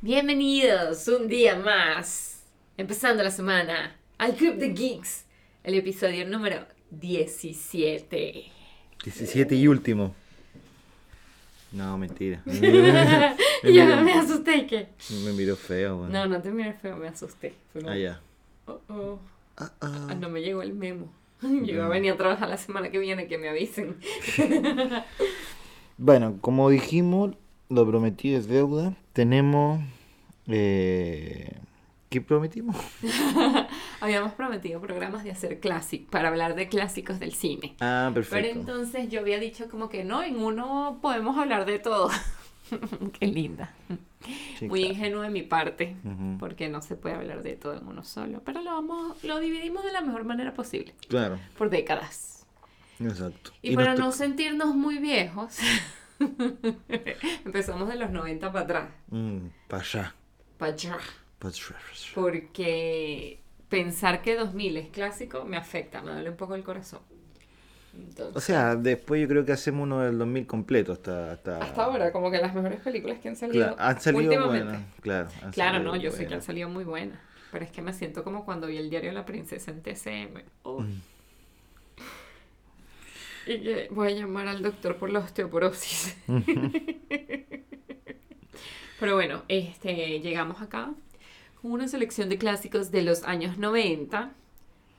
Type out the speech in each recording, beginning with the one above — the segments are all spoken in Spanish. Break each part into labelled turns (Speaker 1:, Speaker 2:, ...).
Speaker 1: Bienvenidos un día más, empezando la semana, al Club de Geeks, el episodio número 17.
Speaker 2: 17 y último. No, mentira. Me miró, me
Speaker 1: ya me
Speaker 2: miró,
Speaker 1: asusté que...
Speaker 2: me miró feo, weón.
Speaker 1: No, no te mires feo, me asusté. Fue como,
Speaker 2: Ah, ya.
Speaker 1: oh, oh,
Speaker 2: Ah, ah.
Speaker 1: ah, no me llegó el memo. Yo voy a venir a trabajar la semana que viene, que me avisen.
Speaker 2: Bueno, como dijimos, lo prometido es deuda. Tenemos. Eh, ¿Qué prometimos?
Speaker 1: Habíamos prometido programas de hacer clásicos, para hablar de clásicos del cine.
Speaker 2: Ah,
Speaker 1: Pero
Speaker 2: perfecto.
Speaker 1: entonces yo había dicho como que no, en uno podemos hablar de todo. Qué linda.
Speaker 2: Sí,
Speaker 1: Muy
Speaker 2: claro.
Speaker 1: ingenuo de mi parte,
Speaker 2: Ujú.
Speaker 1: porque no se puede hablar de todo en uno solo, pero lo vamos, lo dividimos de la mejor manera posible,
Speaker 2: Claro,
Speaker 1: por décadas.
Speaker 2: exacto.
Speaker 1: Y, para no
Speaker 2: nos
Speaker 1: sentirnos muy viejos, empezamos de los 90 para atrás,
Speaker 2: to- Mm, pa' allá.
Speaker 1: para atrás,
Speaker 2: pa' allá.
Speaker 1: porque pensar que 2000 es clásico me afecta, me duele un poco el corazón.
Speaker 2: O
Speaker 1: Entonces,
Speaker 2: sea, después yo creo que hacemos uno del 2000 completo hasta. Hasta,
Speaker 1: hasta ahora, como que las mejores películas que han salido,
Speaker 2: Claro, han salido
Speaker 1: últimamente.
Speaker 2: buenas. Claro, han
Speaker 1: Claro,
Speaker 2: salido
Speaker 1: no, yo sé que
Speaker 2: buenas.
Speaker 1: han salido muy buenas. Pero es que me siento como cuando vi el diario de la princesa en TCM. Oh. Y que voy a llamar al doctor por la osteoporosis. Pero bueno, este, llegamos acá con una selección de clásicos de los años 90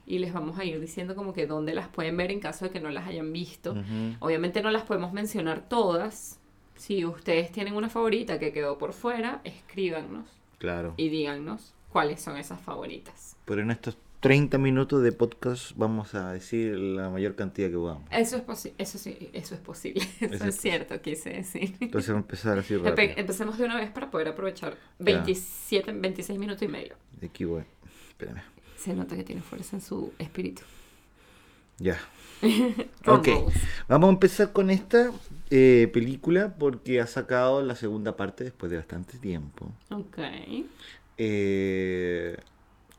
Speaker 1: y les vamos a ir diciendo como que dónde las pueden ver en caso de que no las hayan visto.
Speaker 2: Ujú.
Speaker 1: Obviamente no las podemos mencionar todas. Si ustedes tienen una favorita que quedó por fuera, escríbanos
Speaker 2: Claro.
Speaker 1: y díganos cuáles son esas favoritas.
Speaker 2: Pero en estos 30 minutos de podcast vamos a decir la mayor cantidad que podamos.
Speaker 1: Eso es posi- eso sí, eso es posible. Eso,
Speaker 2: es
Speaker 1: es,
Speaker 2: posi-
Speaker 1: cierto, quise decir.
Speaker 2: Entonces vamos a empezar así
Speaker 1: Empe-
Speaker 2: rápido.
Speaker 1: Empecemos de una vez para poder aprovechar 27, 26 minutos y medio.
Speaker 2: De aquí voy. Espérame.
Speaker 1: Se nota que tiene fuerza en su espíritu.
Speaker 2: Ya.
Speaker 1: Drum
Speaker 2: Ok.
Speaker 1: rolls.
Speaker 2: Vamos a empezar con esta eh, película porque ha sacado la segunda parte después de bastante tiempo.
Speaker 1: Ok.
Speaker 2: Eh,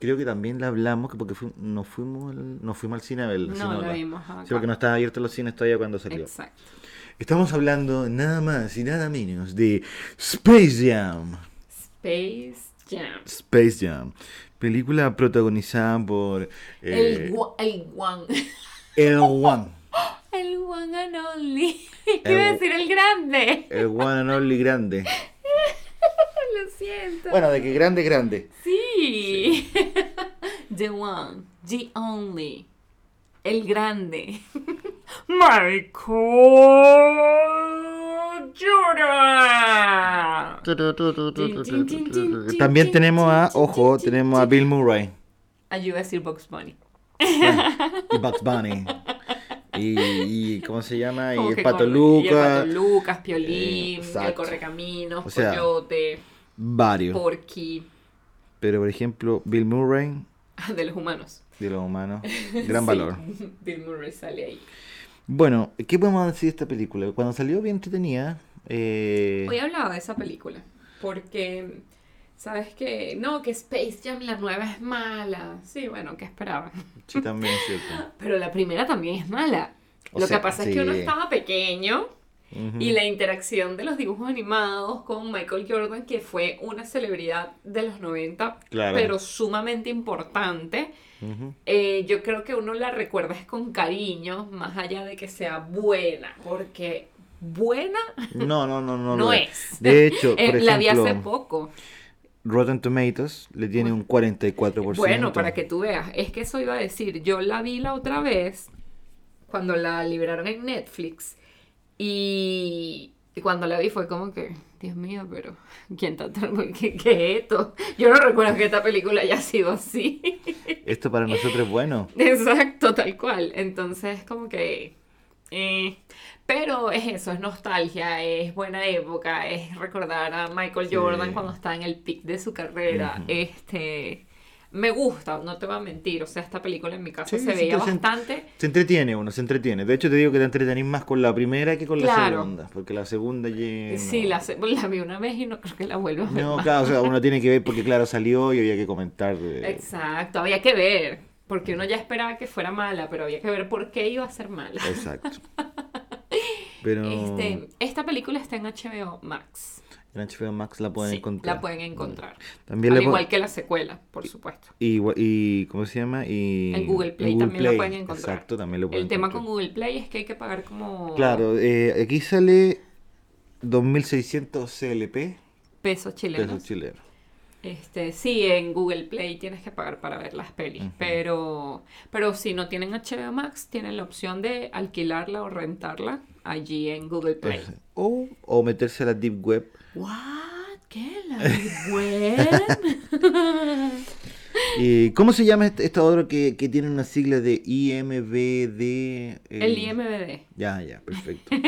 Speaker 2: creo que también la hablamos que porque fu- no, fuimos al, no fuimos al cine a verla. si
Speaker 1: No, la
Speaker 2: la-
Speaker 1: vimos
Speaker 2: Sí, porque
Speaker 1: acá.
Speaker 2: no estaban abiertos los cines todavía cuando salió.
Speaker 1: Exacto.
Speaker 2: Estamos hablando nada más y nada menos de Space Jam.
Speaker 1: Space Jam.
Speaker 2: Space Jam, película protagonizada por eh,
Speaker 1: El, gua- el one.
Speaker 2: el One,
Speaker 1: El one and only.
Speaker 2: El-
Speaker 1: Iba a decir el grande.
Speaker 2: el One and Only grande.
Speaker 1: Lo siento.
Speaker 2: Bueno, de que grande, grande.
Speaker 1: Sí. The one, the only, el grande. Michael Jordan.
Speaker 2: También tenemos a, ojo, tenemos a Bill Murray
Speaker 1: Ayuda a decir Box Bunny.
Speaker 2: y Bugs Bunny. Y, y ¿cómo se llama?
Speaker 1: Como
Speaker 2: Y el
Speaker 1: que
Speaker 2: Pato
Speaker 1: corre- y el
Speaker 2: Luca,
Speaker 1: Pato Lucas, Piolín, el
Speaker 2: exacto.
Speaker 1: Correcaminos,
Speaker 2: O sea,
Speaker 1: Coyote,
Speaker 2: varios.
Speaker 1: Porky,
Speaker 2: Pero por ejemplo, Bill Murray,
Speaker 1: de los humanos.
Speaker 2: de los humanos, gran
Speaker 1: Sí,
Speaker 2: valor.
Speaker 1: Bill Murray sale ahí.
Speaker 2: Bueno, ¿qué podemos decir de esta película? Cuando salió bien entretenida. Eh...
Speaker 1: Hoy hablaba de esa película, porque sabes que no, que Space Jam la nueva es mala. Sí, bueno, que esperaban.
Speaker 2: Sí, también es cierto.
Speaker 1: Pero la primera también es mala.
Speaker 2: O
Speaker 1: Lo
Speaker 2: sea,
Speaker 1: que pasa es que uno
Speaker 2: sí.
Speaker 1: estaba pequeño
Speaker 2: Ujú.
Speaker 1: y la interacción de los dibujos animados con Michael Jordan, que fue una celebridad de los 90,
Speaker 2: Claro.
Speaker 1: pero sumamente importante.
Speaker 2: Ujú.
Speaker 1: Eh, yo creo que uno la recuerda es con cariño, más allá de que sea buena, porque buena
Speaker 2: No, no, no,
Speaker 1: no
Speaker 2: no. lo
Speaker 1: es.
Speaker 2: De hecho, por
Speaker 1: Eh, la vi hace
Speaker 2: ejemplo,
Speaker 1: poco.
Speaker 2: Rotten Tomatoes le tiene un 44%.
Speaker 1: Bueno, para que tú veas, es que eso iba a decir, yo la vi la otra vez cuando la liberaron en Netflix y, y cuando la vi fue como que, Dios mío, pero ¿quién está tan- ¿Qué, qué es esto? Yo no recuerdo que esta película haya sido así.
Speaker 2: Esto para nosotros es bueno.
Speaker 1: Exacto, tal cual. Entonces, como que... eh, Pero es eso, es nostalgia, es buena época, es recordar a Michael
Speaker 2: Sí.
Speaker 1: Jordan cuando está en el pic de su carrera.
Speaker 2: Ujú.
Speaker 1: Este... Me gusta, no te voy a mentir. O sea, esta película en mi caso
Speaker 2: Sí,
Speaker 1: se
Speaker 2: sí,
Speaker 1: veía
Speaker 2: te sent-
Speaker 1: bastante.
Speaker 2: Se entretiene uno, se entretiene. De hecho, te digo que te entretenís más con la primera que con la
Speaker 1: Claro. Eh,
Speaker 2: segunda. Porque la segunda ya.
Speaker 1: Sí, la, se- la vi una vez y no creo que la vuelva a ver.
Speaker 2: No,
Speaker 1: más.
Speaker 2: claro, o sea, uno tiene que ver porque, claro, salió y había que comentar. eh, de-
Speaker 1: Exacto, había que ver. Porque uno ya esperaba que fuera mala, pero había que ver por qué iba a ser mala.
Speaker 2: Exacto. Pero.
Speaker 1: Este, esta película está en HBO Max.
Speaker 2: Gran Chefeo Max la pueden
Speaker 1: Sí,
Speaker 2: encontrar.
Speaker 1: La pueden encontrar.
Speaker 2: También
Speaker 1: Al
Speaker 2: le pon-
Speaker 1: igual que la secuela, por supuesto.
Speaker 2: y, gua- y ¿cómo se llama? Y
Speaker 1: En Google Play también la pueden encontrar.
Speaker 2: Exacto, también lo pueden
Speaker 1: El tema con
Speaker 2: encontrar.
Speaker 1: Google Play es que hay que pagar como
Speaker 2: Claro, eh, aquí sale 2600 CLP
Speaker 1: pesos chilenos.
Speaker 2: pesos chilenos.
Speaker 1: Este, sí, en Google Play tienes que pagar para ver las pelis,
Speaker 2: Ujú.
Speaker 1: pero, pero si no tienen HBO Max, tienen la opción de alquilarla o rentarla allí en Google Play.
Speaker 2: Entonces, O, o meterse a la Deep Web.
Speaker 1: What? ¿Qué la web?
Speaker 2: Eh, ¿Cómo se llama este, esta otra que, que tiene una sigla de IMBD? eh?
Speaker 1: El IMBD,
Speaker 2: Ya, ya, perfecto.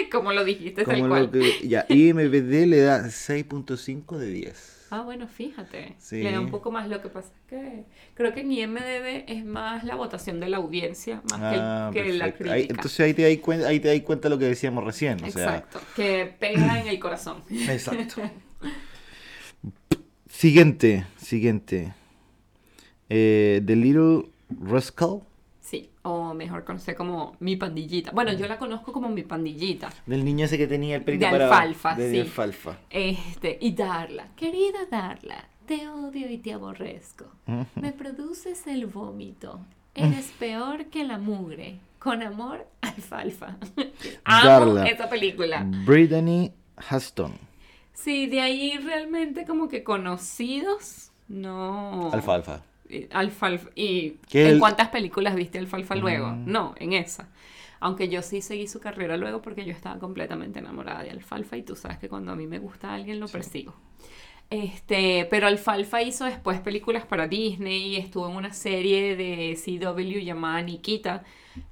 Speaker 1: Eh, como lo dijiste
Speaker 2: Como
Speaker 1: tal
Speaker 2: lo
Speaker 1: cual.
Speaker 2: que- ya, IMBD le da 6.5 de 10.
Speaker 1: Ah, bueno, fíjate.
Speaker 2: Sí.
Speaker 1: Le da un poco más. Lo que pasa es que creo que en IMDB es más la votación de la audiencia, más que el-
Speaker 2: Ah,
Speaker 1: que, la
Speaker 2: perfecto.
Speaker 1: crítica.
Speaker 2: Ahí- entonces ahí te das cuenta, ahí te das cuenta lo que decíamos recién. O sea,
Speaker 1: Exacto. Que pega en el corazón.
Speaker 2: Exacto. siguiente, siguiente. Eh, The Little Rascal.
Speaker 1: Sí. O mejor conocida como mi pandillita. Bueno, yo la conozco como mi pandillita.
Speaker 2: Del niño ese que tenía el pelito
Speaker 1: De
Speaker 2: parado.
Speaker 1: alfalfa,
Speaker 2: de
Speaker 1: sí.
Speaker 2: alfalfa.
Speaker 1: Este, y Darla. Querida Darla, te odio y te aborrezco.
Speaker 2: ¿Mm?
Speaker 1: Me produces el vómito. Eres peor que la mugre. Con amor, alfalfa. Amo
Speaker 2: Darla.
Speaker 1: esa película.
Speaker 2: Brittany Huston.
Speaker 1: Sí, de ahí realmente como que conocidos, no.
Speaker 2: Alfalfa.
Speaker 1: Eh, Alfalfa. ¿Y
Speaker 2: Que
Speaker 1: en
Speaker 2: el- Mm.
Speaker 1: cuántas películas viste Alfalfa luego? No, en esa. Aunque yo sí seguí su carrera luego porque yo estaba completamente enamorada de Alfalfa y tú sabes que cuando a mí me gusta alguien lo persigo. Este, pero Alfalfa hizo después películas para Disney y estuvo en una serie de CW llamada Nikita.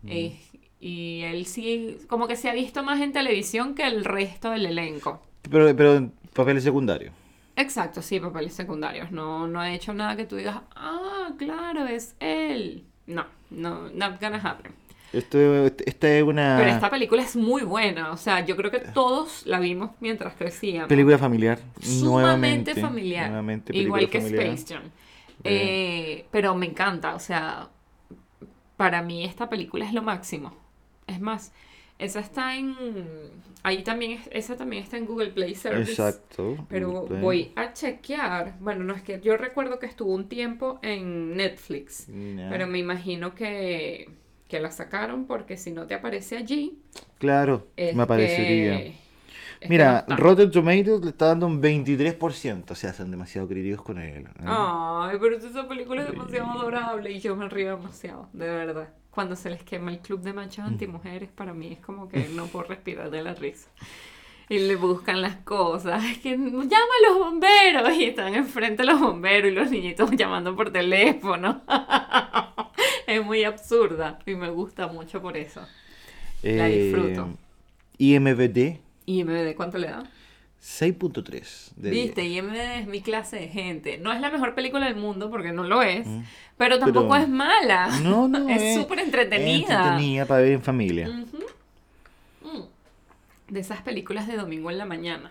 Speaker 2: Mm.
Speaker 1: eh, y él sí, como que se ha visto más en televisión que el resto del elenco.
Speaker 2: Pero, pero en papeles secundarios.
Speaker 1: Exacto, sí, papeles secundarios. No, no he hecho nada que tú digas, ah, claro, es él. No, no, not gonna happen.
Speaker 2: Esto, este, esta es una
Speaker 1: Pero esta película es muy buena. O sea, yo creo que todos la vimos mientras crecíamos.
Speaker 2: película familiar.
Speaker 1: Sumamente
Speaker 2: nuevamente,
Speaker 1: familiar.
Speaker 2: nuevamente película
Speaker 1: igual que
Speaker 2: familiar.
Speaker 1: Space Jam. Eh, pero me encanta, o sea, para mí esta película es lo máximo. Es más, esa está en. Ahí también, es- esa también está en Google Play Service.
Speaker 2: Exacto.
Speaker 1: Pero
Speaker 2: Entonces,
Speaker 1: voy a chequear. Bueno, no es que yo recuerdo que estuvo un tiempo en Netflix,
Speaker 2: ya.
Speaker 1: pero me imagino que, que la sacaron porque si no te aparece allí,
Speaker 2: Claro,
Speaker 1: es
Speaker 2: me
Speaker 1: que-
Speaker 2: aparecería.
Speaker 1: es que no
Speaker 2: Mira,
Speaker 1: está.
Speaker 2: Rotten Tomatoes le está dando un 23%, o sea, son demasiado críticos con él. ¿eh?
Speaker 1: Ay, pero esa película es demasiado adorable y yo me río demasiado, de verdad. Cuando se les quema el club de machos antimujeres, para mí es como que no puedo respirar de la risa. Y le buscan las cosas, es que llama a los bomberos y están enfrente los bomberos y los niñitos llamando por teléfono. Es muy absurda y me gusta mucho por eso. la
Speaker 2: Eh,
Speaker 1: disfruto.
Speaker 2: IMBD
Speaker 1: IMD, ¿cuánto le da?
Speaker 2: 6.3. de
Speaker 1: Viste,
Speaker 2: 10.
Speaker 1: IMD es mi clase de gente. No es la mejor película del mundo porque no lo es,
Speaker 2: Mm.
Speaker 1: pero tampoco
Speaker 2: Pero-
Speaker 1: es mala.
Speaker 2: No, no.
Speaker 1: es súper entretenida.
Speaker 2: Entretenida para ver en familia.
Speaker 1: Mm. De esas películas de domingo en la mañana.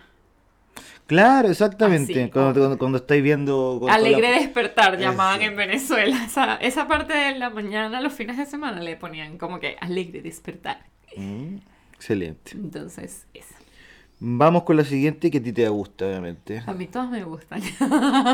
Speaker 2: Claro, exactamente.
Speaker 1: Así,
Speaker 2: cuando,
Speaker 1: ojo.
Speaker 2: cuando, cuando estáis viendo. con- con la-
Speaker 1: Ah, Alegre despertar llamaban
Speaker 2: Eso.
Speaker 1: en Venezuela. Esa, esa parte de la mañana, los fines de semana le ponían como que alegre despertar.
Speaker 2: Mm, Excelente.
Speaker 1: Entonces, esa.
Speaker 2: Vamos con la siguiente que a ti te gusta, obviamente.
Speaker 1: A mí todas me gustan.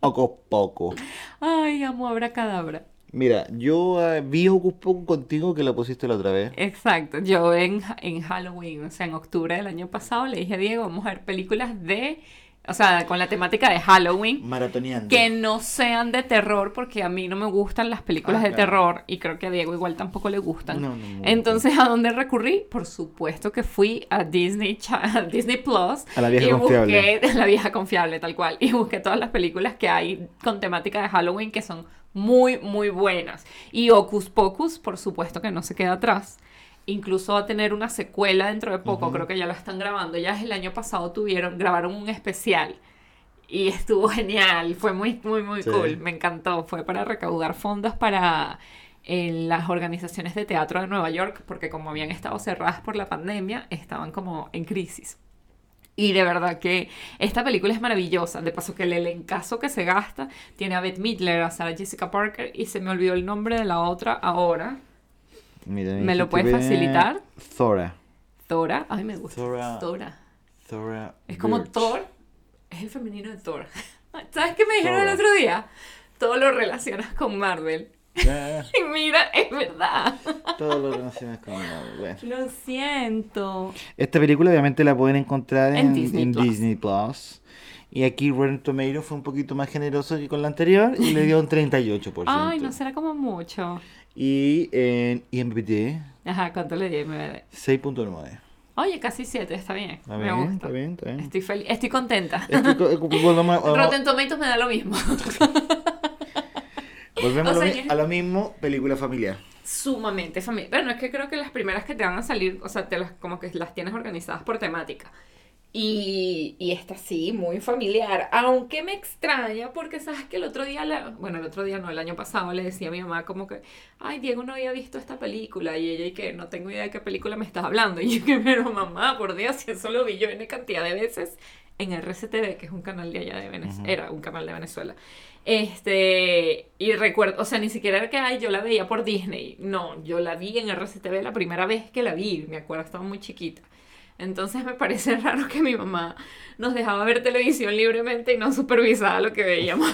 Speaker 2: Poco poco.
Speaker 1: Ay, amo abracadabra.
Speaker 2: Mira, yo eh, vi Hocus Pocus contigo que la pusiste la otra vez.
Speaker 1: Exacto, yo en, en Halloween, o sea, en octubre del año pasado, le dije a Diego, vamos a ver películas de, o sea, con la temática de Halloween,
Speaker 2: Maratoneando.
Speaker 1: que no sean de terror, porque a mí no me gustan las películas
Speaker 2: Ah,
Speaker 1: de
Speaker 2: claro.
Speaker 1: terror, y creo que a Diego igual tampoco le gustan.
Speaker 2: No, no me gustan.
Speaker 1: Entonces, ¿a dónde recurrí? Por supuesto que fui a Disney, Cha- a Disney Plus.
Speaker 2: A la vieja
Speaker 1: y
Speaker 2: confiable.
Speaker 1: Busqué, la vieja confiable, tal cual. Y busqué todas las películas que hay con temática de Halloween que son muy, muy buenas. Y Hocus Pocus, por supuesto que no se queda atrás. Incluso va a tener una secuela dentro de poco, creo que ya la están grabando. Ya el año pasado tuvieron, grabaron un especial. Y estuvo genial, fue muy, muy, muy
Speaker 2: Sí.
Speaker 1: cool, me encantó. Fue para recaudar fondos para eh, las organizaciones de teatro de Nueva York, porque como habían estado cerradas por la pandemia, estaban como en crisis. Y de verdad que esta película es maravillosa. De paso que el elencazo que se gasta tiene a Beth Midler, a Sarah Jessica Parker y se me olvidó el nombre de la otra ahora.
Speaker 2: Mira,
Speaker 1: ¿Me lo
Speaker 2: dijiste
Speaker 1: puedes
Speaker 2: ver
Speaker 1: facilitar?
Speaker 2: Zora.
Speaker 1: Zora. Ay, me gusta.
Speaker 2: Zora.
Speaker 1: Zora.
Speaker 2: Thora
Speaker 1: Es como
Speaker 2: Birch.
Speaker 1: Thor, es el femenino de Thor. ¿Sabes qué me dijeron el otro día? Todo lo relacionas con Marvel.
Speaker 2: Ah,
Speaker 1: Y mira, es verdad.
Speaker 2: todo lo relacionas con Marvel. Bueno.
Speaker 1: Lo siento.
Speaker 2: Esta película obviamente la pueden encontrar en,
Speaker 1: En Disney
Speaker 2: en
Speaker 1: Plus.
Speaker 2: Disney Plus. Y aquí Rotten Tomatoes fue un poquito más generoso que con la anterior y le dio un 38%.
Speaker 1: Ay, no será como mucho.
Speaker 2: Y en IMDb
Speaker 1: Ajá, ¿cuánto le di? Me-
Speaker 2: 6.9.
Speaker 1: Oye, casi 7, está bien.
Speaker 2: Está
Speaker 1: me
Speaker 2: bien,
Speaker 1: gusta.
Speaker 2: está bien, oh. está bien.
Speaker 1: Estoy feliz, estoy contenta.
Speaker 2: Esto co- co- volvemos a- volvemos-
Speaker 1: Rotten Tomatoes me da lo mismo. O
Speaker 2: volvemos a lo
Speaker 1: sea
Speaker 2: mi-
Speaker 1: que-
Speaker 2: a lo mismo, película familiar.
Speaker 1: Sumamente familiar. Bueno, es que creo que las primeras que te van a salir, o sea, te las, como que las tienes organizadas por temática. Y, y esta sí, muy familiar. Aunque me extraña, porque sabes que el otro día, la- bueno, el otro día no, el año pasado le decía a mi mamá como que, ay, Diego no había visto esta película. Y ella, y que no tengo idea de qué película me estás hablando. Y yo, que, pero mamá, por Dios, si eso lo vi yo N cantidad de veces en RCTV, que es un canal de allá de Venezuela,
Speaker 2: Ujú.
Speaker 1: era un canal de Venezuela. Este, y recuerdo, o sea, ni siquiera era que ay, yo la veía por Disney. No, yo la vi en RCTV la primera vez que la vi, me acuerdo, estaba muy chiquita. Entonces me parece raro que mi mamá nos dejaba ver televisión libremente y no supervisaba lo que veíamos.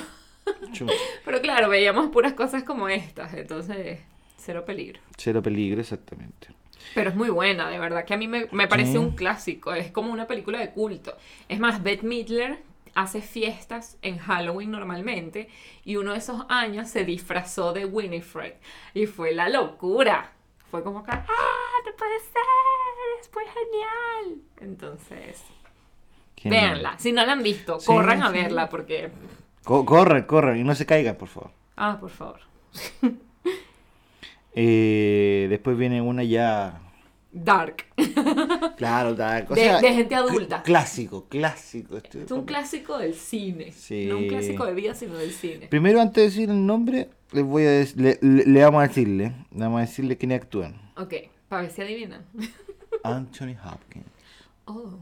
Speaker 2: Chuta.
Speaker 1: Pero claro, veíamos puras cosas como estas, entonces cero peligro.
Speaker 2: Cero peligro, exactamente.
Speaker 1: Pero es muy buena, de verdad que a mí me, me parece
Speaker 2: Sí.
Speaker 1: un clásico, es como una película de culto. Es más, Bette Midler hace fiestas en Halloween normalmente y uno de esos años se disfrazó de Winifred y fue la locura. Fue como que, ¡ah, no puede ser! ¡Es muy genial! Entonces,
Speaker 2: Genial.
Speaker 1: véanla. Si no la han visto,
Speaker 2: Sí,
Speaker 1: corran a
Speaker 2: sí.
Speaker 1: verla porque...
Speaker 2: Co- corran, corran y no se caigan, por favor.
Speaker 1: Ah, por favor.
Speaker 2: Eh, después viene una ya.
Speaker 1: Dark.
Speaker 2: Claro, tal. o
Speaker 1: De-
Speaker 2: sea,
Speaker 1: de gente adulta.
Speaker 2: cl- Clásico, clásico. este-
Speaker 1: Es un clásico del cine.
Speaker 2: Sí.
Speaker 1: No un clásico de vida, sino del cine.
Speaker 2: Primero, antes de decir el nombre, les voy a dec- le, le- le vamos a decirle, le vamos a decirle quiénes actúan.
Speaker 1: Ok, para ver si adivinan.
Speaker 2: Anthony Hopkins.
Speaker 1: Oh.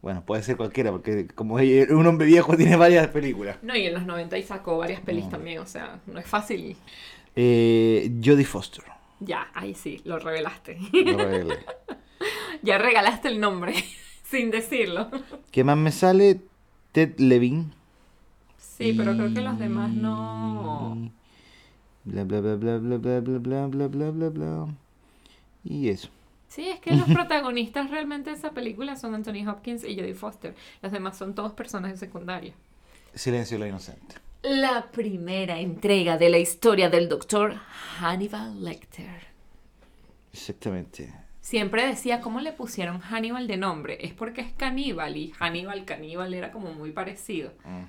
Speaker 2: Bueno, puede ser cualquiera, porque como es un hombre viejo, tiene varias películas.
Speaker 1: No, y en los 90 y sacó varias pelis también, o sea, no es fácil.
Speaker 2: Eh, Jodie Foster.
Speaker 1: Ya, ahí sí, lo revelaste.
Speaker 2: lo revelé.
Speaker 1: ya regalaste el nombre, sin decirlo.
Speaker 2: ¿Qué más me sale? Ted Levine.
Speaker 1: Sí, pero creo que
Speaker 2: Y-
Speaker 1: los demás no.
Speaker 2: Bla, bla, bla, bla, bla, bla, bla, bla, bla, bla, bla, bla. Y eso.
Speaker 1: Sí, es que los protagonistas realmente de esa película son Anthony Hopkins y Jodie Foster. Los demás son todos personajes secundarios.
Speaker 2: Silencio de lo inocente.
Speaker 1: La primera entrega de la historia del doctor Hannibal Lecter.
Speaker 2: Exactamente.
Speaker 1: Siempre decía, ¿cómo le pusieron Hannibal de nombre? Es porque es caníbal y Hannibal, caníbal era como muy parecido.
Speaker 2: Mm.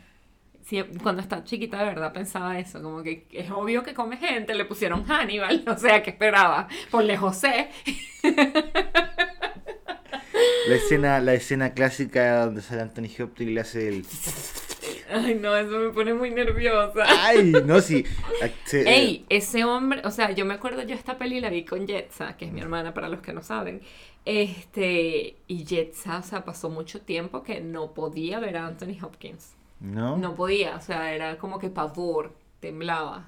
Speaker 1: Siem- cuando estaba chiquita de verdad pensaba eso, como que es obvio que come gente, le pusieron Hannibal, o sea, ¿qué esperaba? Ponle José.
Speaker 2: La escena, la escena clásica donde sale Anthony Hopkins y le hace el.
Speaker 1: Ay, no, eso me pone muy nerviosa.
Speaker 2: ¡Ay! No, sí. Se- eh,
Speaker 1: Ey, ese hombre, o sea, yo me acuerdo, yo esta peli la vi con Jetsa, que es mi hermana para los que no saben. Este, y Jetsa, o sea, pasó mucho tiempo que no podía ver a Anthony Hopkins.
Speaker 2: ¿No?
Speaker 1: No podía, o sea, era como que pavor, temblaba.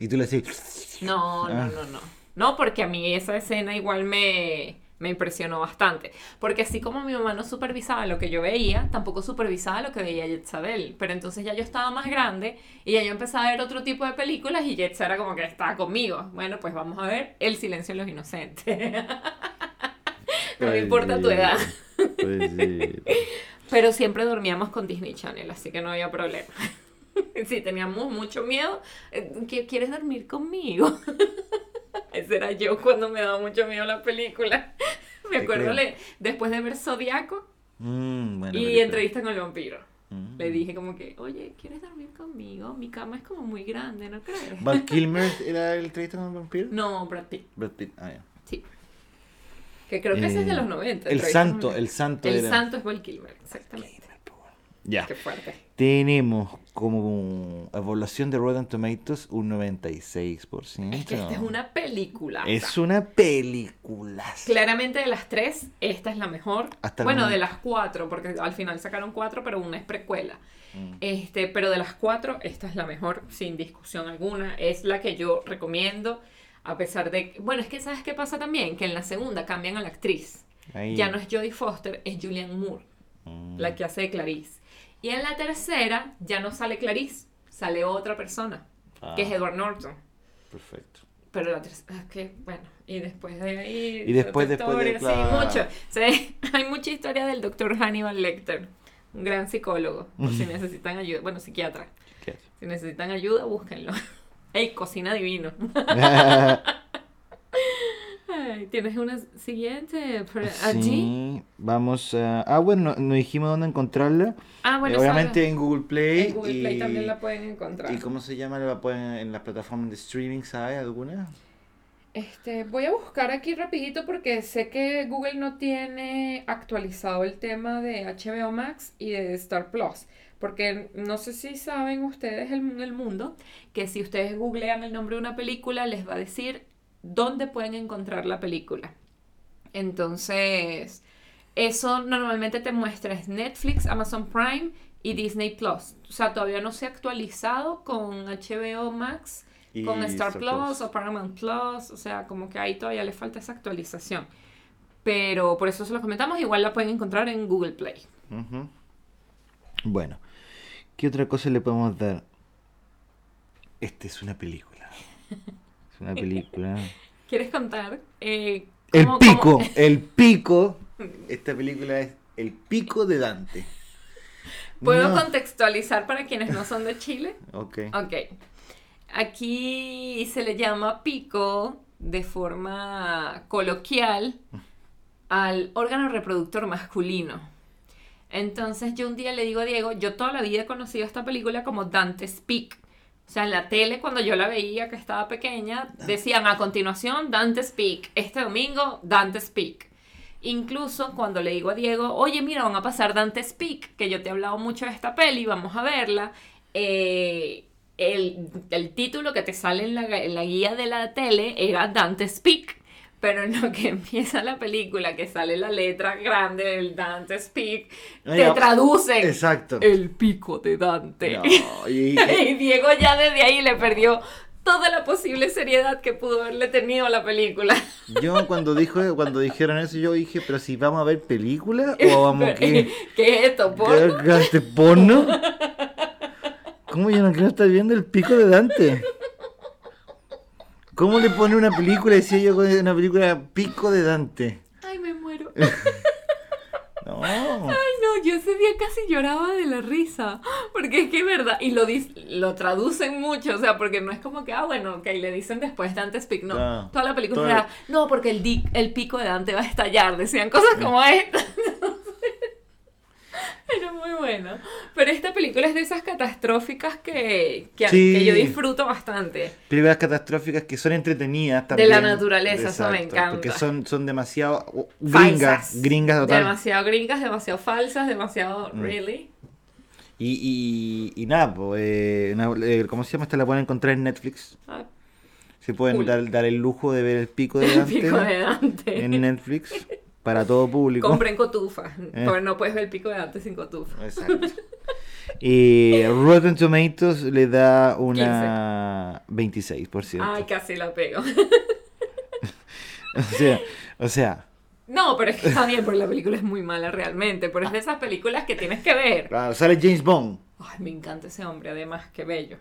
Speaker 2: Y tú le haces.
Speaker 1: No, no,
Speaker 2: Ah.
Speaker 1: no, no. No, porque a mí esa escena igual me, me impresionó bastante. Porque así como mi mamá no supervisaba lo que yo veía, tampoco supervisaba lo que veía Yetzabel. Pero entonces ya yo estaba más grande y ya yo empezaba a ver otro tipo de películas y Yetza era como que estaba conmigo. Bueno, pues vamos a ver El silencio de los inocentes. No me importa tu edad.
Speaker 2: Pues sí.
Speaker 1: Pero siempre dormíamos con Disney Channel, así que no había problema. Sí, teníamos mucho miedo. Eh, ¿qui- ¿Quieres dormir conmigo? Ese era yo cuando me daba mucho miedo la película. Me
Speaker 2: Te
Speaker 1: acuerdo
Speaker 2: creo.
Speaker 1: le- después de ver Zodiaco
Speaker 2: Mm, buena
Speaker 1: y
Speaker 2: película.
Speaker 1: entrevista con el vampiro.
Speaker 2: Mm.
Speaker 1: Le dije como que, oye, ¿quieres dormir conmigo? Mi cama es como muy grande, ¿no crees?
Speaker 2: ¿Val Kilmer era el entrevista con el vampiro?
Speaker 1: No, Brad Pitt,
Speaker 2: Brad Pitt, ah, ya.
Speaker 1: sí. Que creo que ese es de
Speaker 2: Eh,
Speaker 1: los 90.
Speaker 2: El
Speaker 1: Entrevista con
Speaker 2: santo, el santo
Speaker 1: El
Speaker 2: era. Ah.
Speaker 1: santo es Val Kilmer, exactamente.
Speaker 2: Ya.
Speaker 1: Qué fuerte.
Speaker 2: Tenemos como evaluación de Rotten Tomatoes un 96%.
Speaker 1: Es que esta es una película.
Speaker 2: Es una película.
Speaker 1: Claramente de las tres, esta es la mejor.
Speaker 2: Hasta el
Speaker 1: bueno, de
Speaker 2: momento.
Speaker 1: las cuatro, porque al final sacaron cuatro, pero una es precuela.
Speaker 2: Mm.
Speaker 1: Este, pero de las cuatro, esta es la mejor, sin discusión alguna. Es la que yo recomiendo, a pesar de... que- Bueno, es que ¿sabes qué pasa también? Que en la segunda cambian a la actriz.
Speaker 2: Ahí.
Speaker 1: Ya no es Jodie Foster, es Julianne Moore.
Speaker 2: Mm.
Speaker 1: la que hace de Clarice. Y en la tercera ya no sale Clarice, sale otra persona, que es
Speaker 2: Ah,
Speaker 1: Edward Norton.
Speaker 2: Perfecto.
Speaker 1: Pero la tercera, es que bueno, y después de ahí...
Speaker 2: Y después-
Speaker 1: otra
Speaker 2: después de-
Speaker 1: historia,
Speaker 2: claro.
Speaker 1: Sí, mucho. Sí, hay mucha historia del doctor Hannibal Lecter, un gran psicólogo, por si necesitan ayuda, bueno, psiquiatra.
Speaker 2: ¿Qué hace?
Speaker 1: Si necesitan ayuda, búsquenlo. ¡Ey, cocina divino! Ay, ¿Tienes una siguiente por allí?
Speaker 2: Sí, vamos a... Ah, bueno, no dijimos dónde encontrarla.
Speaker 1: Ah, bueno,
Speaker 2: Eh, Obviamente
Speaker 1: Sara,
Speaker 2: en Google Play.
Speaker 1: en Google Play
Speaker 2: y-
Speaker 1: también la pueden encontrar.
Speaker 2: ¿Y cómo se llama? ¿La pueden en las plataformas de streaming, ¿sabes? ¿Alguna?
Speaker 1: Este, voy a buscar aquí rapidito porque sé que Google no tiene actualizado el tema de HBO Max y de Star Plus. Porque no sé si saben ustedes en el mundo que si ustedes googlean el nombre de una película les va a decir dónde pueden encontrar la película. Entonces, eso normalmente te muestra es Netflix, Amazon Prime y Disney Plus. O sea, todavía no se ha actualizado con HBO Max
Speaker 2: Y
Speaker 1: con Star,
Speaker 2: Star
Speaker 1: Plus,
Speaker 2: Plus.
Speaker 1: o Paramount Plus, o sea, como que ahí todavía le falta esa actualización. Pero por eso se los comentamos, igual la pueden encontrar en Google Play.
Speaker 2: Ujú. Bueno, ¿qué otra cosa le podemos dar? Esta es una película. Es una película.
Speaker 1: ¿Quieres contar? eh,
Speaker 2: El
Speaker 1: cómo-
Speaker 2: pico,
Speaker 1: cómo-
Speaker 2: el pico. Esta película es El pico de Dante.
Speaker 1: ¿Puedo
Speaker 2: No.
Speaker 1: contextualizar para quienes no son de Chile?
Speaker 2: Ok.
Speaker 1: Ok. Aquí se le llama pico de forma coloquial al órgano reproductor masculino. Entonces yo un día le digo a Diego, yo toda la vida he conocido esta película como Dante's Peak. O sea, en la tele cuando yo la veía que estaba pequeña, decían a continuación Dante's Peak, este domingo Dante's Peak. Incluso cuando le digo a Diego, oye, mira, van a pasar Dante's Peak, que yo te he hablado mucho de esta peli, vamos a verla. eh, el, el título que te sale en la, en la guía de la tele era Dante's Peak, pero en lo que empieza la película, que sale la letra grande del Dante's Peak,
Speaker 2: Ay,
Speaker 1: te
Speaker 2: ya.
Speaker 1: traducen
Speaker 2: Exacto.
Speaker 1: el pico de Dante.
Speaker 2: No, y dije,
Speaker 1: Y Diego ya desde ahí le perdió toda la posible seriedad que pudo haberle tenido a la película.
Speaker 2: yo cuando dijo, cuando dijeron eso, yo dije, pero si vamos a ver película o vamos
Speaker 1: Pero,
Speaker 2: que
Speaker 1: ¿Qué es esto? Este, ¿Porno?
Speaker 2: ¿Este porno? ¿Cómo yo no quiero estar viendo el pico de Dante? ¿Cómo le pone una película? Decía yo con una película pico de Dante.
Speaker 1: Ay, me muero.
Speaker 2: No.
Speaker 1: Ay, no, yo ese día casi lloraba de la risa. Porque es que es verdad. Y lo, dis- lo traducen mucho. O sea, porque no es como que, ah, bueno, que le dicen después Dante Speak. No.
Speaker 2: Claro.
Speaker 1: Toda la película
Speaker 2: Todo-
Speaker 1: era, no, porque el, di- el pico de Dante va a estallar. Decían cosas como esta. Era muy bueno. Pero esta película es de esas catastróficas que, que,
Speaker 2: Sí.
Speaker 1: que yo disfruto bastante.
Speaker 2: Películas catastróficas que son entretenidas también.
Speaker 1: la naturaleza, eso me encanta.
Speaker 2: Porque son, son demasiado oh, gringas,
Speaker 1: Falsas.
Speaker 2: gringas total. Mm.
Speaker 1: Demasiado gringas, demasiado falsas, demasiado really.
Speaker 2: Y, y, y nada, pues, eh, una- eh, ¿cómo se llama? Esta la pueden encontrar en Netflix.
Speaker 1: Ah,
Speaker 2: Se pueden
Speaker 1: Cool.
Speaker 2: dar, dar el lujo de ver el pico de
Speaker 1: el
Speaker 2: Dante
Speaker 1: pico de Dante.
Speaker 2: en Netflix para todo público.
Speaker 1: Compren cotufas.
Speaker 2: Eh.
Speaker 1: Porque no puedes ver el pico de Dante sin cotufa.
Speaker 2: Exacto. Y Rotten Tomatoes le da una 26%.
Speaker 1: Ay, casi la pego.
Speaker 2: O sea, o sea,
Speaker 1: No, pero es que está bien, porque la película es muy mala realmente. Pero es de esas películas que tienes que ver.
Speaker 2: claro, sale James Bond.
Speaker 1: Ay, me encanta ese hombre, además, qué bello.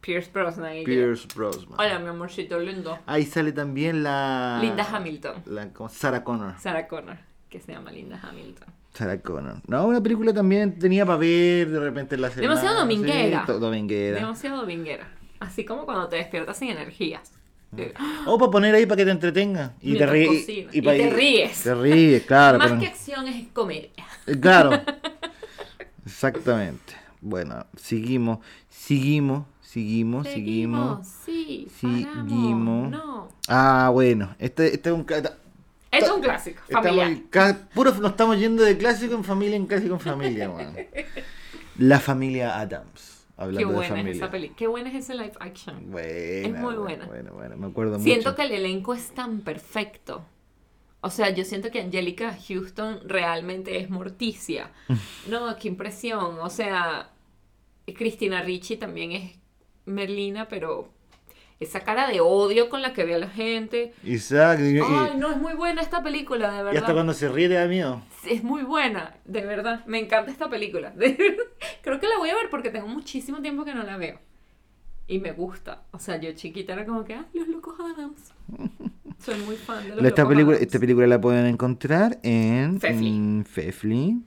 Speaker 1: Pierce Brosnan. y yo.
Speaker 2: Pierce Brosnan. Ah.
Speaker 1: Hola, mi amorcito lindo.
Speaker 2: Ahí sale también la.
Speaker 1: Linda Hamilton.
Speaker 2: La, ¿cómo? Sarah Connor.
Speaker 1: Sarah Connor, que se llama Linda Hamilton.
Speaker 2: Sarah Connor. No, una película también tenía para ver de repente en la semana.
Speaker 1: Demasiado dominguera.
Speaker 2: sí, to- dominguera.
Speaker 1: Demasiado dominguera. Así como cuando te despiertas sin energías.
Speaker 2: Ah.
Speaker 1: Eh,
Speaker 2: O para poner ahí para que te entretenga. Y te
Speaker 1: Mientras
Speaker 2: ríes.
Speaker 1: cocina.
Speaker 2: pa-
Speaker 1: Y te ríes.
Speaker 2: Te ríes, claro.
Speaker 1: Más
Speaker 2: Ah, pero-
Speaker 1: que acción es comedia.
Speaker 2: Eh, Claro. Exactamente. Bueno, seguimos, seguimos, seguimos, seguimos.
Speaker 1: Sí,
Speaker 2: Seguimos.
Speaker 1: paramos, No.
Speaker 2: Ah, bueno, este, este es un... ca-
Speaker 1: Esto es un clásico, familiar.
Speaker 2: Estamos, en ca- puro, nos estamos yendo de clásico en familia, en clásico en familia, weón. La familia Adams,
Speaker 1: Qué
Speaker 2: hablando de
Speaker 1: buena es
Speaker 2: familia.
Speaker 1: esa peli. Qué buena es ese live action.
Speaker 2: Buena,
Speaker 1: Es muy buena.
Speaker 2: buena. Bueno, bueno, me acuerdo
Speaker 1: Siento
Speaker 2: mucho.
Speaker 1: que el elenco es tan perfecto. O sea, yo siento que Angelica Houston realmente es morticia. No, qué impresión. O sea, Cristina Ricci también es Merlina, pero Esa cara de odio con la que ve a la gente.
Speaker 2: Isaac, y- y-
Speaker 1: Ay, no, es muy buena esta película, de
Speaker 2: y hasta
Speaker 1: verdad.
Speaker 2: cuando se ríe te da miedo.
Speaker 1: Es muy buena, de verdad. Me encanta esta película. De verdad. Creo que la voy a ver porque tengo muchísimo tiempo que no la veo. Y me gusta. O sea, yo chiquita era como que, ah, los locos Adams. Soy muy fan de los
Speaker 2: Esta
Speaker 1: locos
Speaker 2: película,
Speaker 1: Adams.
Speaker 2: esta película la pueden encontrar en
Speaker 1: Fefli.
Speaker 2: en Fefli.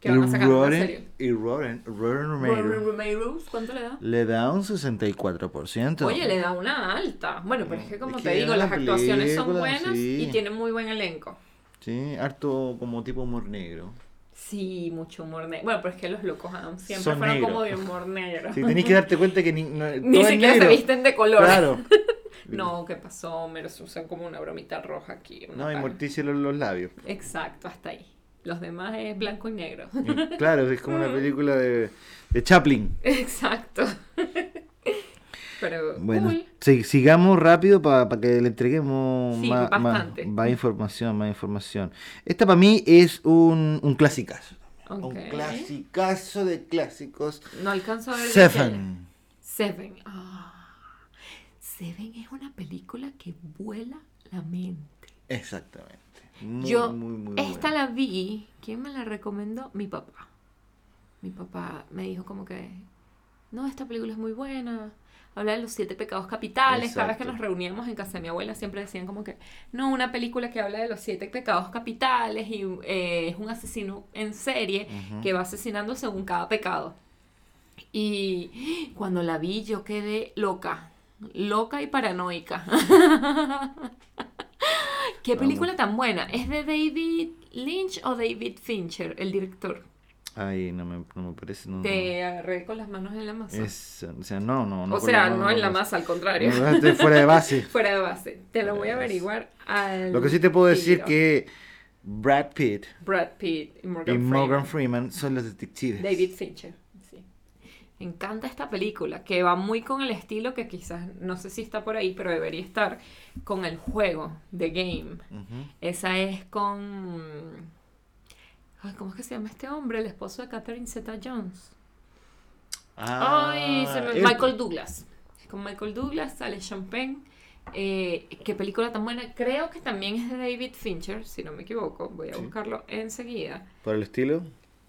Speaker 1: Que van a sacar una
Speaker 2: Rotten-
Speaker 1: serie.
Speaker 2: y Rotten, Rotten Tomatoes
Speaker 1: Rory Romero, ¿Cuánto le da?
Speaker 2: le da un 64%.
Speaker 1: Oye, le da una alta. Bueno, pero es que como
Speaker 2: Es
Speaker 1: te
Speaker 2: que
Speaker 1: digo,
Speaker 2: es una
Speaker 1: las actuaciones son
Speaker 2: película,
Speaker 1: buenas
Speaker 2: sí.
Speaker 1: y tienen muy buen elenco.
Speaker 2: Sí, harto como tipo humor negro.
Speaker 1: Sí, mucho humor negro. Bueno, pero es que los locos Adams siempre
Speaker 2: Son
Speaker 1: fueron
Speaker 2: negros.
Speaker 1: como de humor negro.
Speaker 2: Sí, tenéis que darte cuenta que ni, no-
Speaker 1: Ni
Speaker 2: todo es
Speaker 1: siquiera
Speaker 2: negro.
Speaker 1: se visten de color.
Speaker 2: Claro.
Speaker 1: No, ¿qué pasó? Me los usan como una bromita roja aquí. una
Speaker 2: No, y
Speaker 1: tal.
Speaker 2: Morticia los, los labios.
Speaker 1: Exacto, hasta ahí. Los demás es blanco y negro.
Speaker 2: Y Claro, es como
Speaker 1: Mm.
Speaker 2: una película de, de Chaplin.
Speaker 1: Exacto. Pero
Speaker 2: Bueno,
Speaker 1: cool.
Speaker 2: sí, sigamos rápido para que le entreguemos
Speaker 1: Sí,
Speaker 2: más, más,
Speaker 1: bastante.
Speaker 2: más información, más información. Esta para mí es un, un clasicazo. Un
Speaker 1: Ok.
Speaker 2: clasicazo de clásicos.
Speaker 1: No alcanzo a ver. de qué era.
Speaker 2: Seven.
Speaker 1: Seven. Ah. Seven es una película que vuela la mente.
Speaker 2: Exactamente. Muy,
Speaker 1: Yo
Speaker 2: muy, muy
Speaker 1: esta
Speaker 2: buena.
Speaker 1: la vi. ¿Quién me la recomendó? Mi papá. Mi papá me dijo como que, no, esta película es muy buena. Habla de los siete pecados capitales. Cada vez que
Speaker 2: Exacto.
Speaker 1: nos reuníamos en casa de mi abuela siempre decían como que, no, una película que habla de los siete pecados capitales y eh, es un asesino en serie
Speaker 2: Ujú.
Speaker 1: que va asesinando según cada pecado. Y cuando la vi yo quedé loca, loca y paranoica. ¿Qué
Speaker 2: Vamos.
Speaker 1: película tan buena? ¿Es de David Lynch o David Fincher, el director?
Speaker 2: Ay, no me, no me parece. No,
Speaker 1: Te agarré con las manos en la
Speaker 2: no.
Speaker 1: masa.
Speaker 2: Mm. Es- o sea, no, no. no
Speaker 1: o
Speaker 2: con
Speaker 1: sea,
Speaker 2: la-
Speaker 1: no, en la masa, al contrario.
Speaker 2: No, estoy fuera de base.
Speaker 1: Fuera de base. Te lo
Speaker 2: Fuera
Speaker 1: voy
Speaker 2: de
Speaker 1: a
Speaker 2: base.
Speaker 1: averiguar al.
Speaker 2: Lo que sí te puedo decir
Speaker 1: tiro.
Speaker 2: que Brad Pitt
Speaker 1: Brad Pitt y Morgan,
Speaker 2: y
Speaker 1: Freeman.
Speaker 2: Morgan Freeman son los detectives.
Speaker 1: David Fincher. Sí. Me encanta esta película, que va muy con el estilo que quizás, no sé si está por ahí, pero debería estar con el juego, The Game.
Speaker 2: Ujú.
Speaker 1: Esa es con. Ay, ¿Cómo es que se llama este hombre? El esposo de Catherine Zeta Jones.
Speaker 2: Ah,
Speaker 1: Ay, se me-
Speaker 2: él-
Speaker 1: Michael Douglas. Es con Michael Douglas, sale Champagne. Eh, qué película tan buena. Creo que también es de David Fincher, si no me equivoco. Voy a
Speaker 2: Sí.
Speaker 1: buscarlo enseguida.
Speaker 2: Por el estilo.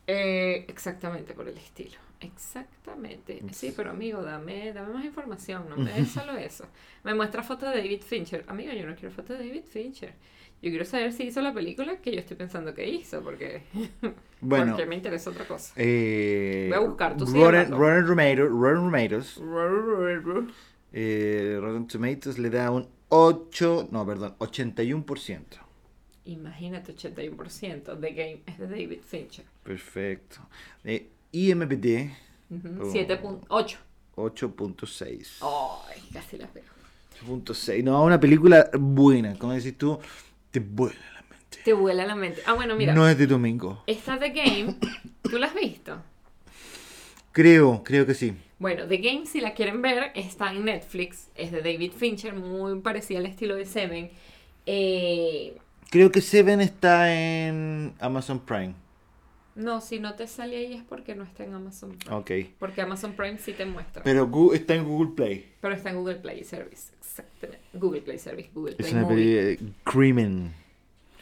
Speaker 1: Eh, exactamente, por el estilo. Exactamente. Sí, pero amigo, dame, dame más información, no me des solo eso. Me muestra fotos de David Fincher. Amigo, yo no quiero fotos de David Fincher. Yo quiero saber si hizo la película que yo estoy pensando que hizo, porque,
Speaker 2: Bueno.
Speaker 1: porque me interesa otra cosa.
Speaker 2: Eh,
Speaker 1: Voy a buscar, tú sigue
Speaker 2: Rotten,
Speaker 1: hablando.
Speaker 2: Rotten Tomato- Rotten Tomatoes, eh, Rotten Tomatoes le da un 8, no, perdón, 81%.
Speaker 1: Imagínate, 81% The Game es de David Fincher.
Speaker 2: Perfecto. Eh, IMPD
Speaker 1: Ujú,
Speaker 2: Oh.
Speaker 1: 7.8.
Speaker 2: 8.6.
Speaker 1: Ay, casi las veo.
Speaker 2: 8.6. No, una película buena, como decís tú, te vuela la mente.
Speaker 1: Te vuela la mente. Ah, bueno, mira.
Speaker 2: No es de domingo.
Speaker 1: Esta The Game, ¿tú la has visto?
Speaker 2: Creo, creo que sí.
Speaker 1: Bueno, The Game, si la quieren ver, está en Netflix. Es de David Fincher, muy parecida al estilo de Seven. Eh,
Speaker 2: Creo que Seven está en Amazon Prime.
Speaker 1: no, si no te sale ahí es porque no está en Amazon Prime.
Speaker 2: Ok.
Speaker 1: Porque Amazon Prime sí te muestra. Pero,
Speaker 2: Pero Gu- está en Google Play.
Speaker 1: está en Google Play Service. Exactamente. Google Play Service, Google
Speaker 2: Es
Speaker 1: Play
Speaker 2: una
Speaker 1: Movie.
Speaker 2: película. Crimen.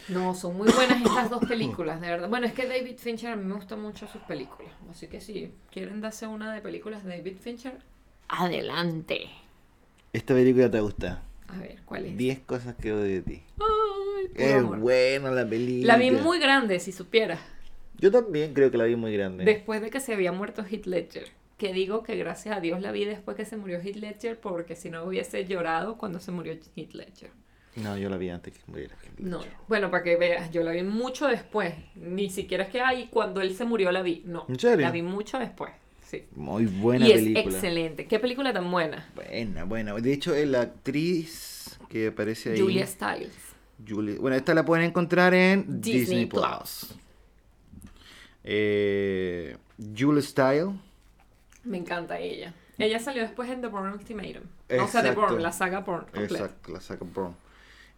Speaker 1: No, son muy buenas estas dos películas, de verdad. Bueno, es que David Fincher a mí me gustan mucho sus películas. Así que si quieren darse una de películas de David Fincher, adelante.
Speaker 2: Esta película te gusta.
Speaker 1: A ver, ¿cuál es?
Speaker 2: 10 cosas que odio de ti.
Speaker 1: Ay, puro
Speaker 2: Es
Speaker 1: amor.
Speaker 2: buena la película.
Speaker 1: La vi muy grande, si supieras.
Speaker 2: Yo también creo que la vi muy grande.
Speaker 1: Después de que se había muerto Heath Ledger. Que digo que gracias a Dios la vi después que se murió Heath Ledger porque si no hubiese llorado cuando se murió Heath Ledger.
Speaker 2: No, yo la vi antes que muriera.
Speaker 1: No, bueno, para que veas, yo la vi mucho después. Ni siquiera es que, ay, cuando él se murió la vi. No,
Speaker 2: ¿En serio?
Speaker 1: la vi mucho después. Sí.
Speaker 2: Muy buena
Speaker 1: y es
Speaker 2: película.
Speaker 1: excelente. ¿Qué película tan buena?
Speaker 2: Buena, buena. De hecho, eh, la actriz que aparece ahí.
Speaker 1: Julia Stiles.
Speaker 2: Julia- Bueno, esta la pueden encontrar en Disney,
Speaker 1: Disney
Speaker 2: Plus.
Speaker 1: Plus.
Speaker 2: Eh, Julia Style.
Speaker 1: Me encanta ella. Ella salió después en The Bourne Ultimatum. O sea, The
Speaker 2: Exacto.
Speaker 1: Bourne, la saga Bourne completa.
Speaker 2: Exacto, la saca Brown.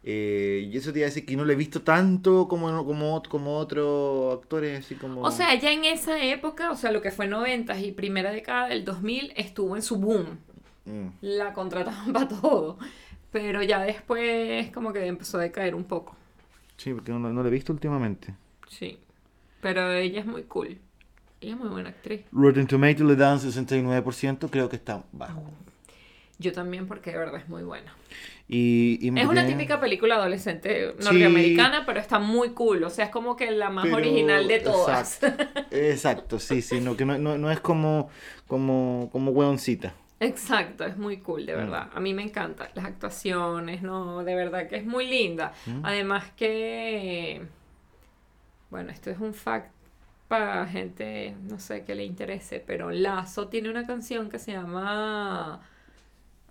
Speaker 2: Eh, y eso te iba a decir que no la he visto tanto como, como, como otros actores, así como...
Speaker 1: O sea, ya en esa época, o sea, lo que fue 90 y primera década del 2000, estuvo en su boom.
Speaker 2: Mm.
Speaker 1: la contrataban para todo. Pero ya después como que empezó a decaer un poco.
Speaker 2: Sí, porque no, no lo he visto últimamente.
Speaker 1: Sí. Pero ella es muy cool. Ella es muy buena actriz.
Speaker 2: Rotten Tomatoes le dan 69%, creo que está bajo.
Speaker 1: Oh. Yo también porque de verdad es muy buena.
Speaker 2: Y, y
Speaker 1: Es una
Speaker 2: Mariah-
Speaker 1: típica película adolescente
Speaker 2: Sí.
Speaker 1: norteamericana, pero está muy cool. O sea, es como que la más
Speaker 2: pero-
Speaker 1: original de todas. Exacto.
Speaker 2: Exacto, exacto, sí, sí, no, que no, no, no es como, como, como hueoncita.
Speaker 1: es muy cool,
Speaker 2: Mm.
Speaker 1: de verdad. A mí me encanta. Las actuaciones, no, de verdad que es muy linda.
Speaker 2: Mm.
Speaker 1: Además que, bueno, esto es un fact para gente, no sé, que le interese, pero Lazo tiene una canción que se llama...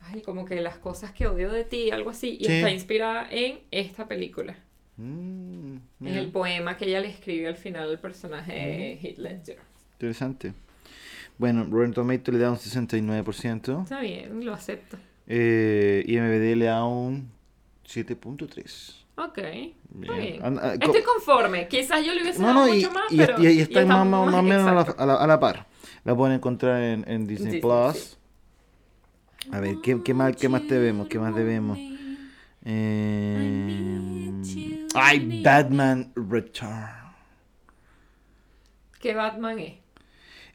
Speaker 1: Ay, como que las cosas que odio de ti, algo así, y
Speaker 2: Sí.
Speaker 1: está inspirada en esta película.
Speaker 2: Mm,
Speaker 1: Es
Speaker 2: mira, Mm.
Speaker 1: el poema que ella le escribe al final al personaje de Heath Ledger.
Speaker 2: Interesante. Bueno, Rotten Tomatoes le da un 69%,
Speaker 1: Está bien, lo acepto.
Speaker 2: eh, IMDb le da un 7.3.
Speaker 1: Ok, está
Speaker 2: Bien.
Speaker 1: bien.
Speaker 2: An- ah, co-
Speaker 1: Estoy conforme. Quizás yo le hubiese
Speaker 2: No,
Speaker 1: dado
Speaker 2: no, y,
Speaker 1: mucho más,
Speaker 2: y-
Speaker 1: pero...
Speaker 2: y- y está más, más- más o menos a la,
Speaker 1: exacto.
Speaker 2: a la- a la par. La pueden encontrar en, en Disney,
Speaker 1: Disney,
Speaker 2: Plus.
Speaker 1: sí.
Speaker 2: A ver, Eh, ¿qué, qué más, ¿qué más te vemos? ¿Qué más debemos? Eh, ay, Batman Return.
Speaker 1: ¿Qué Batman es?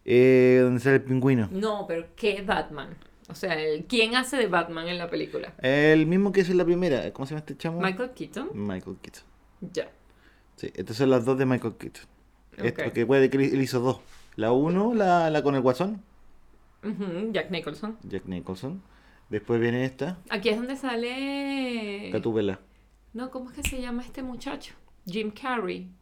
Speaker 2: Eh, ¿Dónde sale el pingüino?
Speaker 1: No, pero ¿qué Batman? O sea, el- ¿quién hace de Batman en la película?
Speaker 2: El mismo que hizo en la primera. ¿Cómo se llama este chamo?
Speaker 1: ¿Michael Keaton?
Speaker 2: Michael Keaton.
Speaker 1: Ya.
Speaker 2: Sí, estas son las dos de Michael Keaton. Esto,
Speaker 1: Ok.
Speaker 2: que puede que él hizo dos. La uno, la, la con el guasón,
Speaker 1: Ujú, Jack Nicholson.
Speaker 2: Jack Nicholson. Después viene esta,
Speaker 1: Aquí es donde sale...
Speaker 2: Catúbela.
Speaker 1: No, ¿cómo es que se llama este muchacho? Jim Carrey.
Speaker 2: No,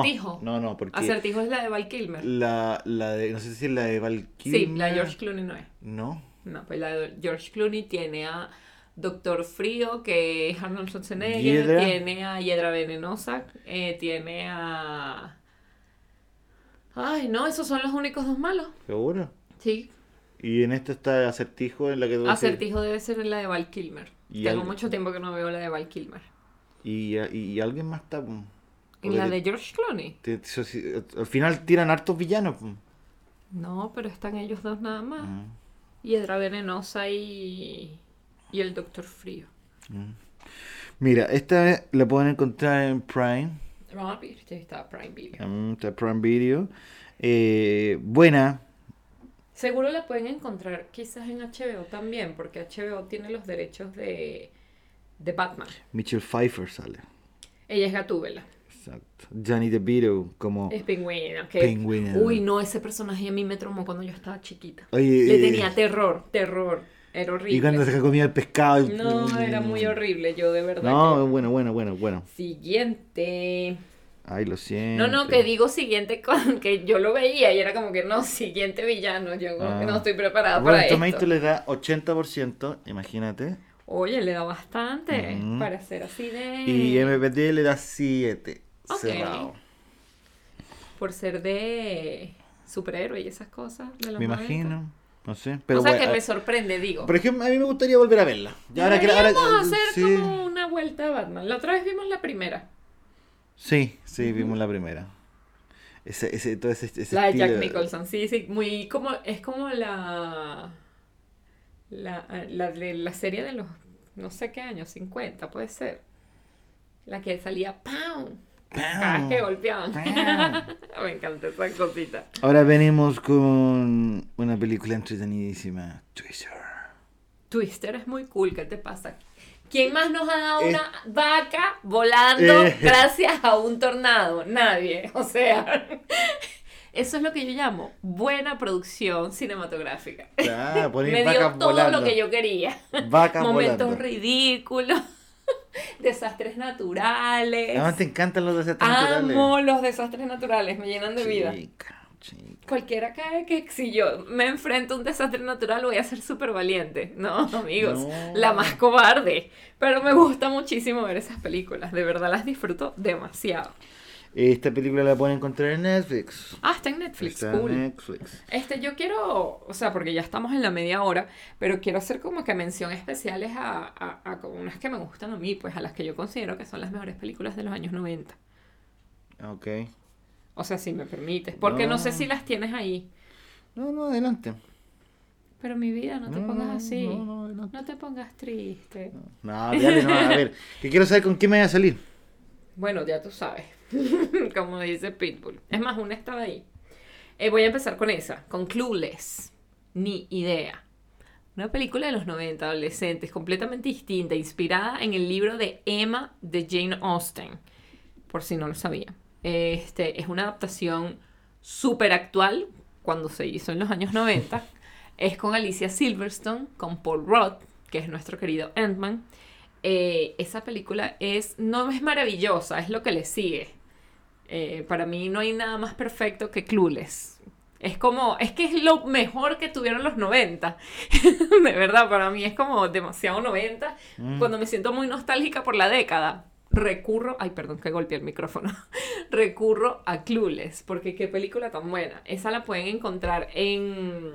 Speaker 1: Acertijo.
Speaker 2: no, no, porque
Speaker 1: Acertijo es la de Val Kilmer.
Speaker 2: la, la de, no sé si es la de Val
Speaker 1: Sí,
Speaker 2: Kilmer.
Speaker 1: la de George Clooney no es.
Speaker 2: No,
Speaker 1: No, pues la de George Clooney tiene a Doctor Frío, que es Arnold Schwarzenegger,
Speaker 2: Hiedra.
Speaker 1: tiene a Hiedra Venenosa, eh, tiene a... Ay, no, esos son los únicos dos malos.
Speaker 2: seguro.
Speaker 1: Sí.
Speaker 2: Y en esta está Acertijo, en la que tú decías.
Speaker 1: Acertijo debe ser la de Val Kilmer.
Speaker 2: Y
Speaker 1: Tengo
Speaker 2: al-
Speaker 1: mucho tiempo que no veo la de Val Kilmer.
Speaker 2: Y, y, y alguien más está. pum.
Speaker 1: ¿En la
Speaker 2: Porque
Speaker 1: de George Clooney?
Speaker 2: te- te- so- si- eh, al final tiran hartos villanos. pum.
Speaker 1: No, pero están ellos dos nada más.
Speaker 2: Ah.
Speaker 1: Hiedra Venenosa y... y el Doctor Frío.
Speaker 2: Mira, esta la pueden encontrar en Prime.
Speaker 1: Vamos a ver, este está Prime Video.
Speaker 2: Mm, está en Prime Video. Eh, buena.
Speaker 1: Seguro la pueden encontrar quizás en HBO también, porque HBO tiene los derechos de, de Batman.
Speaker 2: Michelle Pfeiffer sale.
Speaker 1: Ella es Gatúbela,
Speaker 2: Exacto. Johnny DeVito como...
Speaker 1: es pingüina. Que...
Speaker 2: Pingüina.
Speaker 1: Uy, no, ese personaje a mí me traumó cuando yo estaba chiquita.
Speaker 2: Oye,
Speaker 1: Le
Speaker 2: eh,
Speaker 1: tenía terror, terror. Era
Speaker 2: y cuando
Speaker 1: horrible.
Speaker 2: se comía el pescado... y-
Speaker 1: No, era muy horrible, yo de verdad.
Speaker 2: No,
Speaker 1: que-
Speaker 2: bueno, bueno, bueno, bueno.
Speaker 1: Siguiente.
Speaker 2: Ay, lo siento.
Speaker 1: No, no, que digo siguiente con que yo lo veía y era como que no, siguiente villano. Yo como que
Speaker 2: Ah.
Speaker 1: no estoy preparada
Speaker 2: Rotten
Speaker 1: para
Speaker 2: Tomatoes
Speaker 1: esto.
Speaker 2: le da 80%, imagínate.
Speaker 1: Oye, le da bastante
Speaker 2: Mm.
Speaker 1: para ser así de.
Speaker 2: Y MPD le da 7.
Speaker 1: Eh. Ok.
Speaker 2: Cerrado.
Speaker 1: por ser de superhéroe y esas cosas. De los
Speaker 2: Me
Speaker 1: 90.
Speaker 2: imagino. No sé. Pero
Speaker 1: o sea,
Speaker 2: bueno,
Speaker 1: que
Speaker 2: eh,
Speaker 1: me sorprende, digo.
Speaker 2: Por ejemplo, a mí me gustaría volver a verla. Y ahora que ahora, uh, ah,
Speaker 1: Deberíamos hacer
Speaker 2: sí,
Speaker 1: como una vuelta a Batman. La otra vez vimos la primera.
Speaker 2: sí, sí, vimos la primera. Ese, ese, todo ese, ese
Speaker 1: la de Jack
Speaker 2: estilo-
Speaker 1: Nicholson. Sí, sí. Muy como. Es como la. La, ah, la de la serie de los no sé qué años, 50 puede ser. La que salía ¡Pam! Cada vez que golpeaban.
Speaker 2: ¡Pam!
Speaker 1: Me encanta esa cosita.
Speaker 2: Ahora venimos con una película entretenidísima, Twister.
Speaker 1: Twister es muy cool, ¿qué te pasa? ¿Quién más nos ha dado una vaca volando
Speaker 2: Eh.
Speaker 1: gracias a un tornado? Nadie, o sea. Eso es lo que yo llamo buena producción cinematográfica.
Speaker 2: Ah, poner
Speaker 1: Me dio
Speaker 2: vacas
Speaker 1: todo
Speaker 2: volando.
Speaker 1: lo que yo quería.
Speaker 2: Vacas
Speaker 1: Momentos
Speaker 2: volando.
Speaker 1: ridículos, desastres naturales.
Speaker 2: Además te encantan los desastres naturales.
Speaker 1: Amo los desastres naturales, me llenan de vida.
Speaker 2: Chica, chica.
Speaker 1: Cualquiera cae que si yo me enfrento a un desastre natural voy a ser súper valiente. No, amigos,
Speaker 2: No.
Speaker 1: la más cobarde. Pero me gusta muchísimo ver esas películas, de verdad las disfruto demasiado.
Speaker 2: Esta película la pueden encontrar en Netflix.
Speaker 1: Ah, está en Netflix,
Speaker 2: Está en
Speaker 1: cool.
Speaker 2: Netflix.
Speaker 1: Este, yo quiero, o sea, porque ya estamos en la media hora, pero quiero hacer como que mención especiales a, a, a como unas que me gustan a mí, pues a las que yo considero que son las mejores películas de los años 90.
Speaker 2: Ok.
Speaker 1: O sea, si me permites, porque no, sé
Speaker 2: No.
Speaker 1: si las tienes ahí.
Speaker 2: No, no, adelante.
Speaker 1: Pero mi vida, no te
Speaker 2: No,
Speaker 1: pongas
Speaker 2: no,
Speaker 1: así.
Speaker 2: no,
Speaker 1: No,
Speaker 2: no, no.
Speaker 1: te pongas triste.
Speaker 2: No, dale, no, a ver. Que quiero saber con quién me voy a salir.
Speaker 1: Bueno, ya tú sabes. Como dice Pitbull. Es más, una estaba ahí. Eh, voy a empezar con esa, con Clueless. Ni idea. Una película de los 90, adolescentes, completamente distinta, inspirada en el libro de Emma de Jane Austen. Por si no lo sabía. Este, es una adaptación súper actual, cuando se hizo en los años 90. Es con Alicia Silverstone, con Paul Rudd, que es nuestro querido Ant-Man. Eh, esa película es, no es maravillosa, es lo que le sigue. Eh, para mí no hay nada más perfecto que Clueless. Es como, es que es lo mejor que tuvieron los 90. de verdad, para mí es como demasiado 90.
Speaker 2: Mm.
Speaker 1: Cuando me siento muy nostálgica por la década, recurro, ay perdón que golpeé el micrófono, recurro a Clueless, porque qué película tan buena. Esa la pueden encontrar en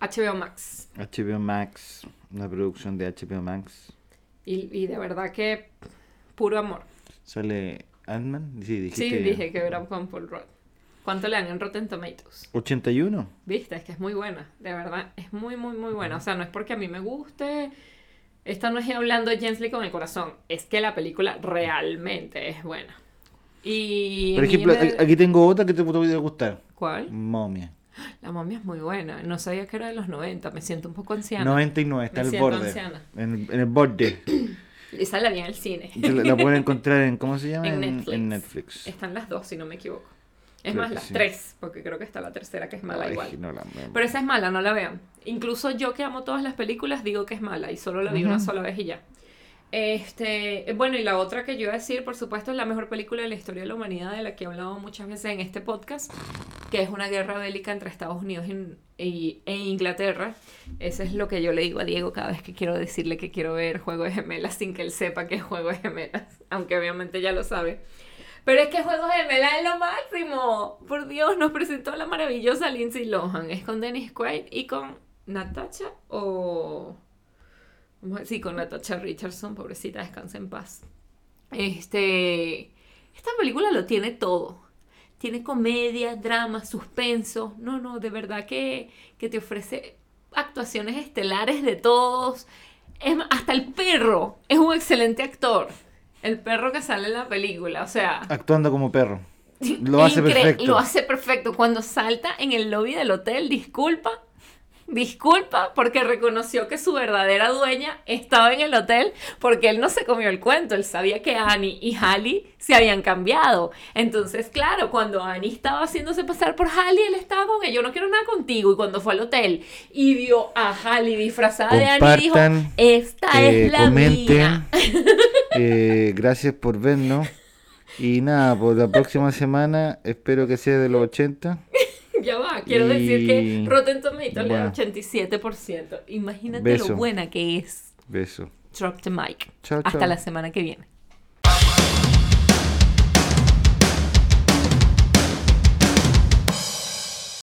Speaker 1: HBO Max.
Speaker 2: HBO Max, una producción de HBO Max.
Speaker 1: Y, y de verdad que puro amor.
Speaker 2: Sale Ant-Man. Sí, dijiste.
Speaker 1: Sí, dije que era con Paul Rudd. ¿Cuánto le dan en Rotten Tomatoes?
Speaker 2: 81.
Speaker 1: Viste, es que es muy buena, de verdad, es muy, muy, muy buena. O sea, no es porque a mí me guste, esta no es hablando Gently con el corazón, es que la película realmente es buena. Y...
Speaker 2: Por
Speaker 1: en
Speaker 2: ejemplo,
Speaker 1: IMDb
Speaker 2: aquí tengo otra que te puede gustar.
Speaker 1: ¿Cuál?
Speaker 2: Momia.
Speaker 1: La momia es muy buena, no sabía que era de los 90, me siento un poco anciana.
Speaker 2: 99,
Speaker 1: Me
Speaker 2: está al
Speaker 1: siento
Speaker 2: borde.
Speaker 1: anciana.
Speaker 2: En, en el borde.
Speaker 1: Esa la vi en el cine.
Speaker 2: Se la, la pueden encontrar en, ¿cómo se llama?
Speaker 1: En Netflix.
Speaker 2: en Netflix.
Speaker 1: Están las dos, si no me equivoco. Es
Speaker 2: Creo
Speaker 1: más,
Speaker 2: que
Speaker 1: las
Speaker 2: sí.
Speaker 1: tres, porque creo que está la tercera que es mala
Speaker 2: Ay,
Speaker 1: igual.
Speaker 2: no la- me-
Speaker 1: Pero esa es mala, no la vean. Incluso yo que amo todas las películas digo que es mala y solo la vi una
Speaker 2: Ujú.
Speaker 1: sola vez y ya. Este, bueno, y la otra que yo iba a decir, por supuesto, es la mejor película de la historia de la humanidad de la que he hablado muchas veces en este podcast, que es una guerra bélica entre Estados Unidos y, y- e Inglaterra. Eso es lo que yo le digo a Diego cada vez que quiero decirle que quiero ver Juego de Gemelas sin que él sepa que es Juego de Gemelas, aunque obviamente ya lo sabe. Pero es que Juegos de Gemelas es lo máximo. Por Dios, nos presentó la maravillosa Lindsay Lohan. Es con Dennis Quaid y con Natasha o... vamos a- Sí, con Natasha Richardson, pobrecita, descansa en paz. Este... Esta película lo tiene todo. Tiene comedia, drama, suspenso. No, no, de verdad que, que te ofrece actuaciones estelares de todos. Es más, hasta el perro es un excelente actor. El perro que sale en la película, o sea...
Speaker 2: Actuando como perro. Lo hace
Speaker 1: Incre-
Speaker 2: perfecto.
Speaker 1: Lo hace perfecto. Cuando salta en el lobby del hotel, disculpa, disculpa, porque reconoció que su verdadera dueña estaba en el hotel porque él no se comió el cuento. Él sabía que Annie y Hallie se habían cambiado. Entonces, claro, cuando Annie estaba haciéndose pasar por Hallie, él estaba con que yo no quiero nada contigo. Y cuando fue al hotel y vio a Hallie disfrazada de Annie, dijo,
Speaker 2: Compartan,
Speaker 1: esta
Speaker 2: Eh,
Speaker 1: es la mía.
Speaker 2: Eh, gracias por vernos. Y nada, por la próxima semana espero que sea de los 80.
Speaker 1: Ya va, quiero
Speaker 2: Y-
Speaker 1: decir que Rotten Tomatoes le da
Speaker 2: Bueno.
Speaker 1: 87%. Imagínate
Speaker 2: Beso.
Speaker 1: lo buena que es.
Speaker 2: Beso.
Speaker 1: Drop the mic.
Speaker 2: Chao,
Speaker 1: Hasta
Speaker 2: chao.
Speaker 1: la semana que viene.